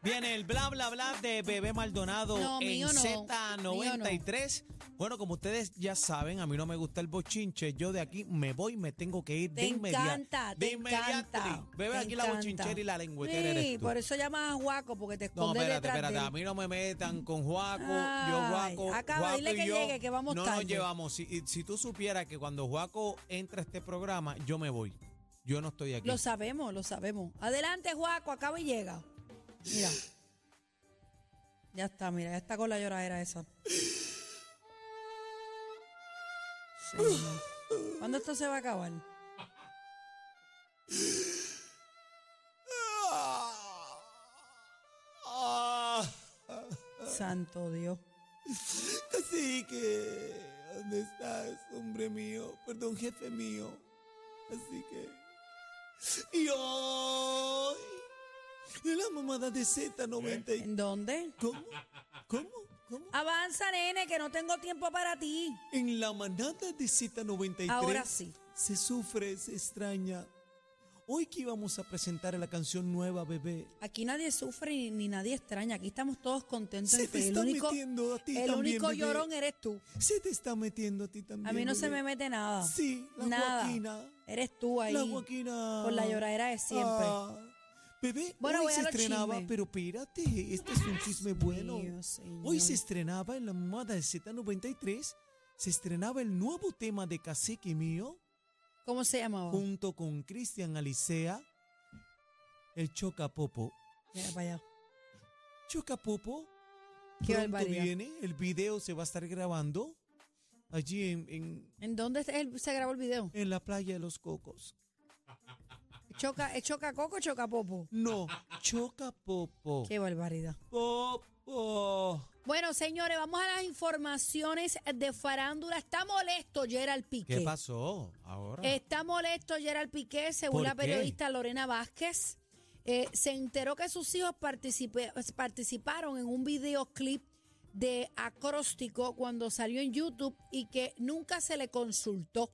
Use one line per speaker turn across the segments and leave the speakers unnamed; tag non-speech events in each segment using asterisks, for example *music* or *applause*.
Viene el bla bla bla de Bebé Maldonado
No,
en
mío no,
Z93. Bueno, como ustedes ya saben, a mí no me gusta el bochinche. Yo de aquí me voy, me tengo que ir de
Te
inmediato.
encanta,
de
te
inmediato.
encanta.
Bebé,
te
aquí la
encanta.
bochinchera y la lengüetera
Sí,
eres tú.
por eso llamas a Juaco, porque te
No,
escondes
espérate,
detrás
espérate.
de
A
él.
mí no me metan con Juaco.
Ay,
yo, Juaco.
acaba,
Juaco
dile
y
que
yo
llegue, que vamos
No
tarde.
nos llevamos. Si, y- si tú supieras que cuando Juaco entra a este programa, yo me voy. Yo no estoy aquí.
Lo sabemos, lo sabemos. Adelante, Juaco, acaba y llega. Mira. Ya está, mira, ya está con la lloradera esa. Señor. ¿Cuándo esto se va a acabar?
Ah,
Santo Dios.
Así que, ¿dónde estás, hombre mío? Perdón, jefe mío. Así que... Y hoy... De la mamada de Z90...
¿En dónde?
¿Cómo? ¿Cómo? ¿Cómo?
Avanza, nene, que no tengo tiempo para ti.
En la manada de Z93...
Ahora sí.
Se sufre, se extraña. Hoy que íbamos a presentar la canción nueva, bebé.
Aquí nadie sufre ni, ni nadie extraña. Aquí estamos todos contentos.
Se
en
te
fe.
está metiendo a ti
el
también,
único
bebé.
llorón eres tú.
Se te está metiendo a ti también.
A mí no se me
bebé.
mete nada.
Sí, la
nada.
Joaquina.
Eres tú ahí.
La Joaquina.
Con la lloradera de siempre.
Ah, bebé,
Bueno,
hoy
voy a
se
los
estrenaba,
chismes.
pero espérate, este es un chisme bueno.
Dios,
hoy se
señor.
estrenaba en la moda de Z93, se estrenaba el nuevo tema de Cacique mío,
¿Cómo se llamaba?
junto con Cristian Alicea, el Chocapopo.
Mira para allá.
Chocapopo,
Qué
pronto
barbaridad.
viene, el video se va a estar grabando allí en, en-
¿En dónde es- él se grabó el video?
en la playa de los cocos.
¿Choca, ¿Es choca coco o choca popo?
No,
*laughs*
Chocapopo.
Qué barbaridad.
Popo.
Bueno, señores, vamos a las informaciones de farándula. Está molesto Gerald Piqué.
¿Qué pasó ahora?
Está molesto Gerald Piqué, según
Ah. ¿Por
la
qué?
periodista Lorena Vázquez. Eh, se enteró que sus hijos participe- pues, participaron en un videoclip de acróstico cuando salió en YouTube y que nunca se le consultó.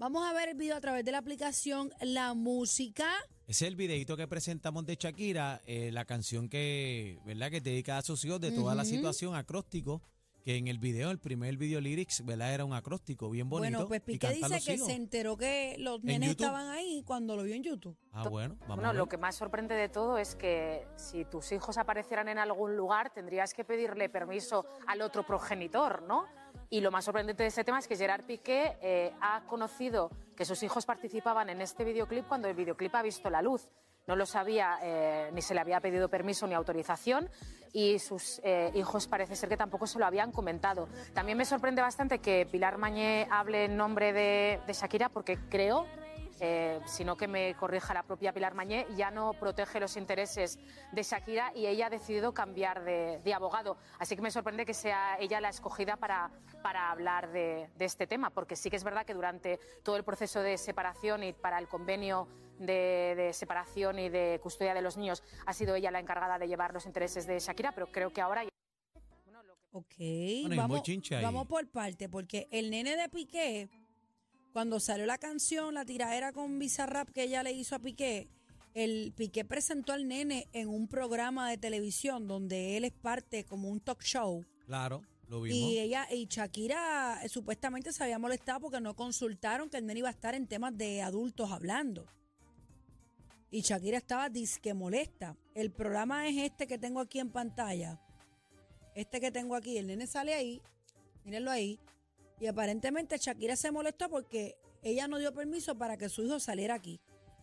Vamos a ver el video a través de la aplicación La Música.
Ese es el videito que presentamos de Shakira, eh, la canción que, ¿verdad? Que dedica a sus hijos de toda la
Ujú.
situación, acróstico, que en el video, el primer video lyrics, ¿verdad? Era un acróstico bien bonito.
bueno, pues
y
Piqué
cantan
dice
los
que
hijos.
se enteró que los
En
nenes
YouTube.
estaban ahí cuando lo vio en YouTube.
Ah, bueno, vamos
Bueno,
a ver.
lo que más sorprende de todo es que si tus hijos aparecieran en algún lugar, tendrías que pedirle permiso al otro progenitor, ¿no? Y lo más sorprendente de este tema es que Gerard Piqué eh, ha conocido que sus hijos participaban en este videoclip cuando el videoclip ha visto la luz. No lo sabía, eh, ni se le había pedido permiso ni autorización y sus eh, hijos parece ser que tampoco se lo habían comentado. También me sorprende bastante que Pilar Mañé hable en nombre de- de Shakira porque creo eh, sino que me corrija la propia Pilar Mañé, ya no protege los intereses de Shakira y ella ha decidido cambiar de, de abogado. Así que me sorprende que sea ella la escogida para, para hablar de, de este tema, porque sí que es verdad que durante todo el proceso de separación y para el convenio de, de separación y de custodia de los niños ha sido ella la encargada de llevar los intereses de Shakira, pero creo que ahora... ya- Bueno, lo que-
Ok,
hay un
vamos,
bochinche ahí.
vamos por parte, porque el nene de Piqué, cuando salió la canción, la tiradera con Bizarrap que ella le hizo a Piqué, el Piqué presentó al nene en un programa de televisión donde él es parte como un talk show.
Claro, lo vimos.
Y eh, ella y Shakira eh, supuestamente se había molestado porque no consultaron que el nene iba a estar en temas de adultos hablando. Y Shakira estaba disque molesta. El programa es este que tengo aquí en pantalla. Este que tengo aquí. El nene sale ahí. Mírenlo ahí. Y aparentemente Shakira se molestó porque ella no dio permiso para que su hijo saliera aquí.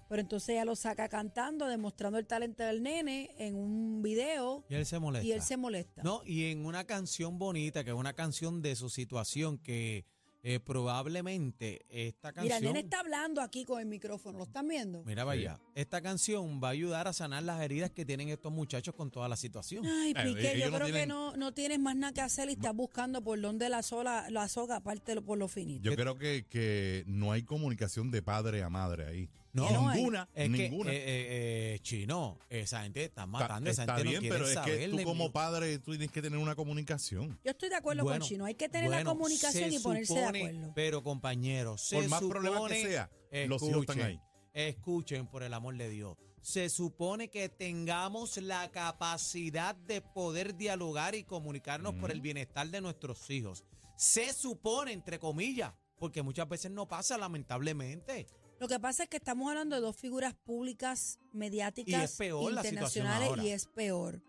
Pero entonces ella lo saca cantando, demostrando el talento del nene en un video.
y él se molesta.
Y él se molesta.
No, y en una canción bonita, que es una canción de su situación, que eh, probablemente esta
Mira,
canción.
el nene está hablando aquí con el micrófono, ¿lo están viendo?
Mira, vaya. Esta canción va a ayudar a sanar las heridas que tienen estos muchachos con toda la situación.
Ay,
Claro,
Piqué, yo
ellos no
creo que
tienen-
no, no tienes más nada que hacer y estás buscando por dónde la sola, la soga, aparte lo- por lo finito.
Eh,
Yo creo que, que no hay comunicación de padre a madre ahí.
No,
Que no hay.
ninguna,
Es
ninguna.
que, eh, eh, eh, chino, esa gente está
Está-
matando, esa
está
gente
bien,
no quiere
pero es
saber
que tú
de
como
mí.
padre tú tienes que tener una comunicación.
Yo estoy de acuerdo
Bueno,
con Chino, hay que tener la
bueno,
comunicación
se
y ponerse de
supone-
acuerdo.
Pero compañeros, se
Por más problema que
supone-
sea, los hijos están ahí.
Escuchen, por el amor de Dios. Se supone que tengamos la capacidad de poder dialogar y comunicarnos por el bienestar de nuestros hijos. Se supone, entre comillas, porque muchas veces no pasa, lamentablemente.
Lo que pasa es que estamos hablando de dos figuras públicas, mediáticas,
Y es peor la situación
internacionales
ahora.
y es peor.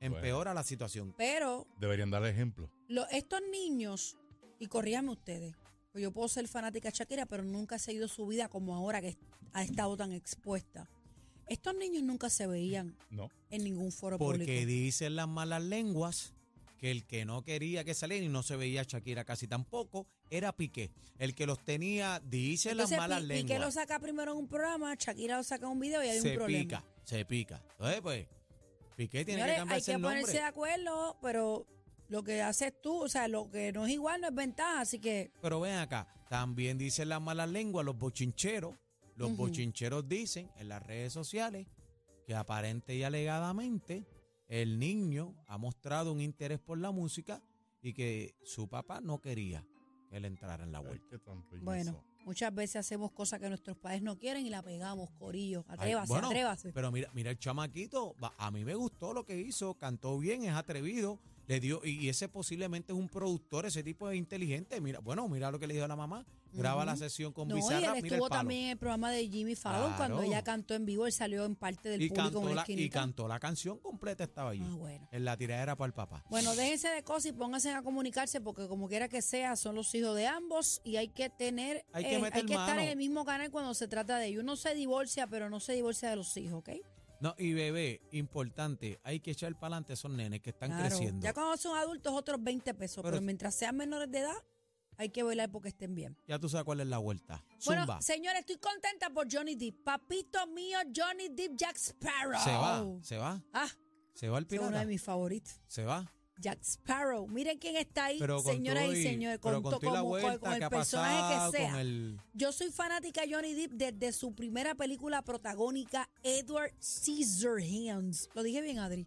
Empeora la situación.
Pero
Deberían dar ejemplo.
lo- estos niños, y corríanme ustedes, pues yo puedo ser fanática de Shakira, pero nunca he seguido su vida como ahora que ha estado tan expuesta. Estos niños nunca se veían
No.
en ningún foro público.
Porque dicen las malas lenguas que el que no quería que saliera y no se veía a Shakira casi tampoco era Piqué. El que los tenía, dicen las
Entonces,
malas
Pi- Piqué
lenguas.
lo saca primero en un programa, Shakira lo saca en un video y hay
se
un problema.
pica, se pica. Entonces, pues, Piqué tiene que
Señores, hay
cambiarse
que
el nombre.
ponerse de acuerdo, pero lo que haces tú, o sea, lo que no es igual no es ventaja, así que
Pero ven acá, también dicen las malas lenguas, los bochincheros. Los
Ujú.
bochincheros dicen en las redes sociales que aparente y alegadamente el niño ha mostrado un interés por la música y que su papá no quería que él entrara en la
Ay,
vuelta.
qué trampa y
bueno,
eso.
muchas veces hacemos cosas que nuestros padres no quieren y la pegamos, corillo,
Ay,
atrévase,
bueno,
atrévase.
Pero mira, mira el chamaquito, va- a mí me gustó lo que hizo, cantó bien, es atrevido, le dio, y, y ese posiblemente es un productor, ese tipo es inteligente. Mira, bueno, mira lo que le dijo a la mamá. Graba la
Ujú.
sesión con
No, y
Bizarra,
él
mira el
estuvo
palo.
también en el programa de Jimmy Fallon cuando
Claro.
ella cantó en vivo, él salió en parte del
y
público en
cantó,
una
la, y
esquinita.
cantó la canción completa, estaba allí.
Ah, bueno.
En la tiradera para el papá.
Bueno, déjense de cosas y pónganse a comunicarse porque como quiera que sea, son los hijos de ambos y hay que tener, eh,
Hay que meter
estar en
mano.
el mismo canal cuando se trata de ello. Uno se divorcia, pero no se divorcia de los hijos, ¿ok?
No, y bebé, importante, hay que echar para adelante a esos nenes que están
Claro.
creciendo.
Ya cuando son adultos, otros 20 pesos, pero,
Pero-
mientras sean menores de edad, hay que bailar porque estén bien.
Ya tú sabes cuál es la vuelta. Zumba.
Bueno, señores, estoy contenta por Johnny Depp. Papito mío, Johnny Depp, Jack Sparrow.
se va, se va,
Ah,
se va el
es uno
pirata.
de mis favoritos.
Se va.
Jack Sparrow. Miren quién está ahí,
Pero con
señoras
todo
y señores,
pero
con,
con
to-
todo y la
como- con-
vuelta
con
que
el
ha
personaje
pasado,
que sea.
con el...
Yo soy fanática de Johnny Depp desde su primera película protagónica, Edward Scissorhands. Lo dije bien, Adri.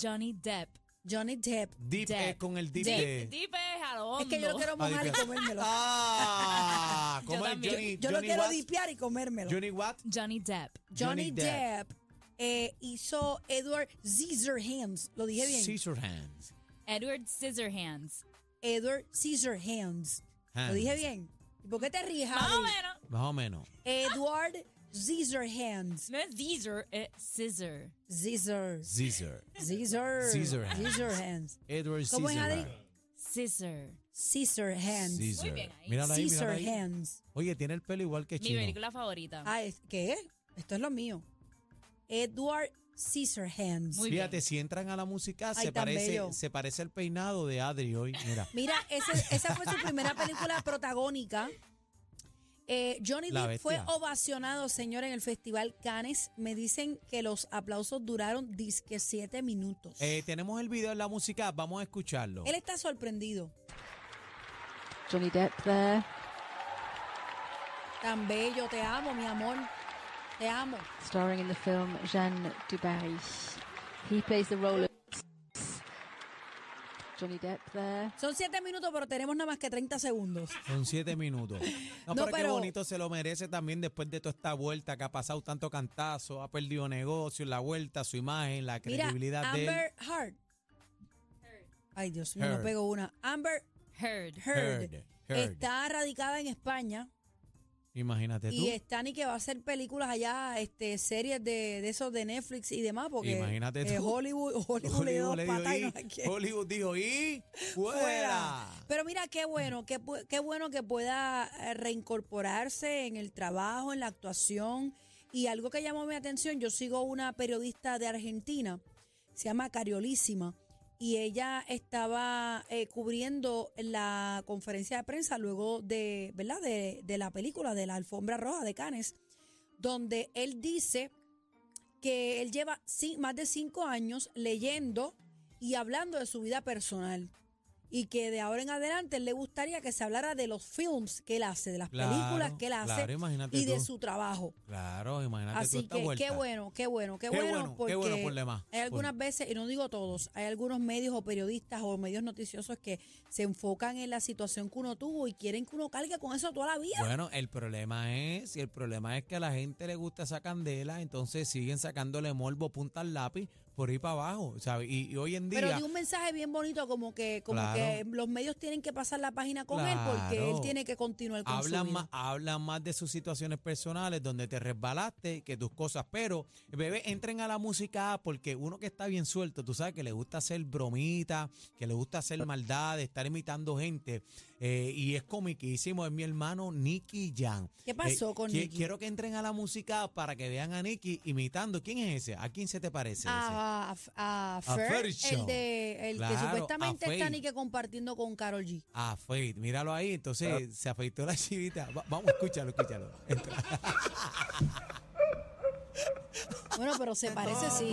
Johnny Depp.
Johnny Depp.
Deep
Deep.
es eh, con el deep, de-
Deep, deep es a lo
Es que yo lo
hondo.
quiero
*laughs* Ah,
mojar y
dije-
comérmelo.
*laughs* Ah,
Yo
¿cómo es
también.
Johnny,
Yo lo
Johnny
quiero
what?
dipear y comérmelo.
Johnny what?
Johnny Depp.
Johnny
Johnny
Depp eh, hizo Edward Scissorhands. Lo dije bien.
Scissor hands.
Edward Scissorhands.
Edward Scissorhands. Lo
Hands.
dije bien. ¿Y por qué te ríes,
Más o
Adri?
menos.
Más o menos.
Edward Scissorhands.
No es Deezer, es Scissor.
Scissor.
Scissor.
Scissor.
Scissorhands.
Scissorhands.
Edward
¿Cómo es,
Scissor
Adri?
hand.
Scissor.
Scissorhands.
Scissor.
bien ahí.
Míralo ahí, míralo
Scissor
ahí.
Hands.
Oye, tiene el pelo igual que
Mi
Chino.
película favorita.
Ah, es- ¿qué es? Esto es lo mío. Edward Scissor Hands.
Muy
Fíjate,
bien.
si entran a la música,
Ay,
se
tan
parece,
bello.
se parece el peinado de Adri hoy.
*laughs*
Mira,
Mira, ese- esa fue su primera película protagónica. Eh, Johnny
La
Depp fue
bestia.
ovacionado, señor, en el Festival Cannes. Me dicen que los aplausos duraron disque siete minutos.
eh, tenemos el video en la música, vamos a escucharlo.
Él está sorprendido.
Johnny Depp there.
Tan bello, te amo, mi amor. Te amo.
starring in the film Jeanne du Barry. He plays the role of Johnny Depp there.
Son siete minutos, pero tenemos nada más que 30 segundos.
Son siete
*laughs*
minutos. No, pero,
No,
qué
pero-
bonito se lo merece también después de toda esta vuelta que ha pasado tanto cantazo, ha perdido negocio, la vuelta, su imagen, la
Mira,
credibilidad de él.
Amber Heard. Ay, Dios mío, no
Heard.
pego una. Amber
Heard.
Heard,
Heard, Heard.
está radicada en España
Imagínate tú.
y este está ni que va a hacer películas allá, este, series de, de esos de Netflix y demás, porque
Imagínate
eh,
tú.
Hollywood, Hollywood, le dio
Hollywood
dos
le dio
patas y no
y-
la quiere.
Hollywood dijo, y
Fuera.
fuera.
Pero mira qué bueno, qué, bu- qué bueno que pueda eh, reincorporarse en el trabajo, en la actuación. Y algo que llamó mi atención, yo sigo una periodista de Argentina, se llama Cariolísima, y ella estaba eh, cubriendo la conferencia de prensa luego de, ¿verdad? De, de la película, de la alfombra roja de Cannes, donde él dice que él lleva ci- más de cinco años leyendo y hablando de su vida personal y que de ahora en adelante le gustaría que se hablara de los films que él hace, de las
Claro,
películas que él hace
claro, imagínate
y de
tú.
su trabajo.
Claro, imagínate tú
Así
esta
que
vuelta.
qué bueno, qué bueno, qué,
Qué
bueno,
bueno,
porque
qué bueno por demás.
hay algunas veces, y no digo todos, hay algunos medios o periodistas o medios noticiosos que se enfocan en la situación que uno tuvo y quieren que uno cargue con eso toda la vida.
Bueno, el problema es, y el problema es que a la gente le gusta esa candela, entonces siguen sacándole morbo, punta al lápiz, por ahí para abajo, ¿sabes? Y, y hoy en día...
Pero dio un mensaje bien bonito como que como
Claro.
que los medios tienen que pasar la página con él porque
Claro.
él tiene que continuar con su
Hablan
vida.
más, hablan más de sus situaciones personales, donde te resbalaste, que tus cosas. Pero, bebé, entren a la música porque uno que está bien suelto, tú sabes que le gusta hacer bromita, que le gusta hacer maldad, estar imitando gente. eh, y es comiquísimo, es mi hermano Nicky Jan.
¿Qué pasó con
qui-
Nicky?
Quiero que entren a la música para que vean a Nicky imitando. ¿Quién es ese? ¿A quién se te parece?
Ah,
ese?
a, a, a
A
Fer,
Fer
el,
Show.
de, el que
Claro,
supuestamente
a
está
Fer.
ni que compartiendo con Carol G.
Ah, Faith, míralo ahí. Entonces se afeitó la chivita. Va- vamos, escúchalo, escúchalo. Entra.
Bueno, pero se parece sí.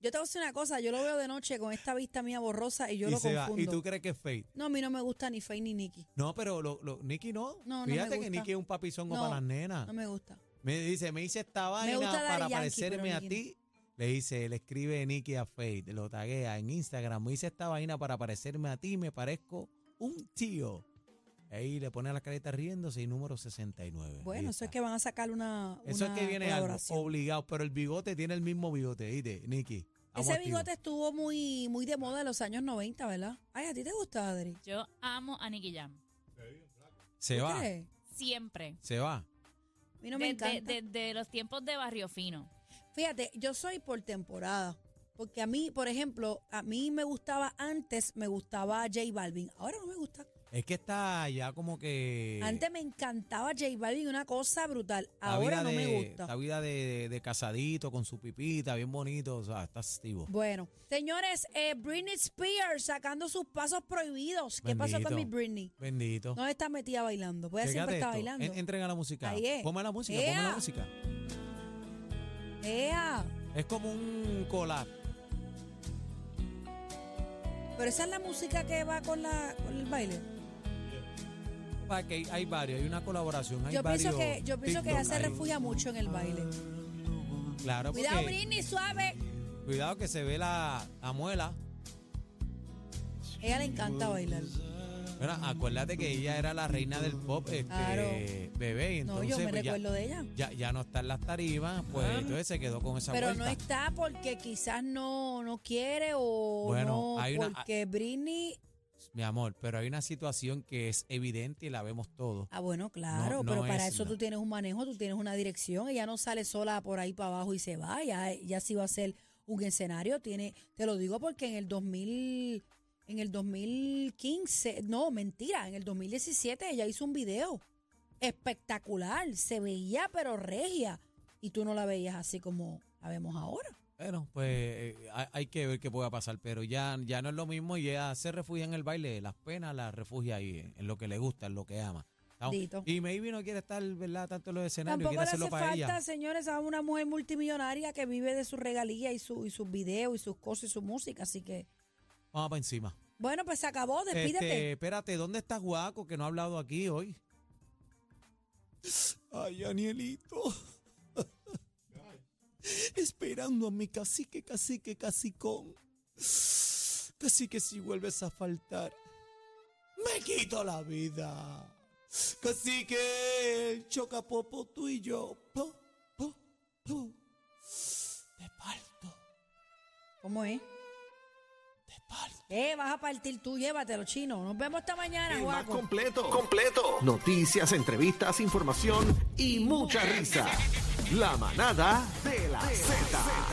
Yo te voy a decir una cosa, yo lo veo de noche con esta vista mía borrosa y yo
y
lo
se va. ¿Y
confundo.
tú crees que es Faith?
No, a mí no me gusta ni Faye ni Nicky.
No, pero lo, lo- Nicky no.
No, no me
Fíjate
gusta.
que Nicky es un papizongo
No,
para las nenas.
No
me...
me gusta.
dice, me hice esta vaina
gusta Daddy
para
Yankee,
parecerme
pero
a
Nicky
ti. Le dice, le escribe Nicky a Faith, lo taguea en Instagram. Me hice esta vaina para parecerme a ti, me parezco un tío. Ahí le pone la careta riéndose y número 69.
Bueno,
Ahí
eso
está.
es que van a sacar una.
Eso es
una
que viene algo
colaboración.
obligado, pero el bigote tiene el mismo bigote, ¿viste, Nicky? Vamos
Ese
activo.
bigote estuvo muy, muy de moda en los años 90, ¿verdad? Ay, ¿a ti te gusta, Adri?
Yo amo a Nicky Jam.
Se
¿Tú
va,
crees?
Siempre.
se va.
A mí no me
desde,
encanta.
desde los tiempos de Barrio Fino.
Fíjate, yo soy por temporada. Porque a mí, por ejemplo, a mí me gustaba antes, me gustaba J Balvin. Ahora no me gusta.
Es que está ya como que...
Antes me encantaba J Balvin, una cosa brutal.
La vida
Ahora no me
de-
gusta.
La vida de, de- de casadito, con su pipita, bien bonito, o sea, está activo.
Bueno, señores, eh, Britney Spears sacando sus pasos prohibidos. ¿Qué pasó con
Bendito.
mi Britney?
Bendito.
No está metida bailando. Pues ella siempre
Chécate
está
esto.
bailando.
En- entren a la música.
Ahí es.
Ponme la música, ponme
¡Ea!
la música.
¡Ea!
Es como un collab.
Pero esa es la música que va con, la, con el baile.
Para que hay, hay varios, hay una colaboración, hay
Yo pienso
varios
que, yo pienso que ella
TikTok
se
ahí. Ah,
refugia mucho en el baile.
Claro, porque-
Cuidado, Britney, suave.
cuidado que se ve la, la muela.
A ella le encanta bailar.
Bueno, acuérdate que ella era la reina del pop, este,
Claro.
bebé. y
No,
Entonces,
yo me
pues, ya,
recuerdo de ella.
ya, ya no está en las tarimas, pues entonces se quedó con esa
Pero
vuelta.
no está porque quizás no, no quiere o
Bueno,
no,
hay una- ah,
porque Britney...
Mi amor, pero hay una situación que es evidente y la vemos todos.
Ah, bueno, claro,
no
pero para
es
eso
la-
tú tienes un manejo, tú tienes una dirección, ella no sale sola por ahí para abajo y se va, ya, ya sí va a ser un escenario, tiene, te lo digo porque en el 2000, en el 2015, no, mentira, en el 2017 ella hizo un video espectacular, se veía pero regia y tú no la veías así como la vemos ahora.
Bueno, pues eh, hay, hay que ver qué pueda pasar, pero ya, ya no es lo mismo y ella se refugia en el baile, las penas las refugia ahí, eh, en lo que le gusta, en lo que ama. ¿Estamos?
Dito.
Y maybe no quiere estar, ¿verdad?, tanto en los escenarios,
Tampoco le
quiere
hace
hacerlo
falta,
para ella.
señores, a una mujer multimillonaria que vive de su regalía y, su, y sus videos y sus cosas y su música, así que...
Vamos para encima.
Bueno, pues se acabó, despídete.
Este, espérate, ¿dónde está Guaco que no ha hablado aquí hoy? Ay, Anielito. esperando a mi cacique, cacique, casicón. Cacique, si vuelves a faltar, me quito la vida. Cacique, chocapopo, tú y yo, po, po, po, te parto,
¿Cómo es?
te parto.
Eh, vas a partir tú, llévatelo, chino. Nos vemos esta mañana,
El más
guaco.
completo. Completo. Noticias, entrevistas, información y mucha risa. La manada de la Z.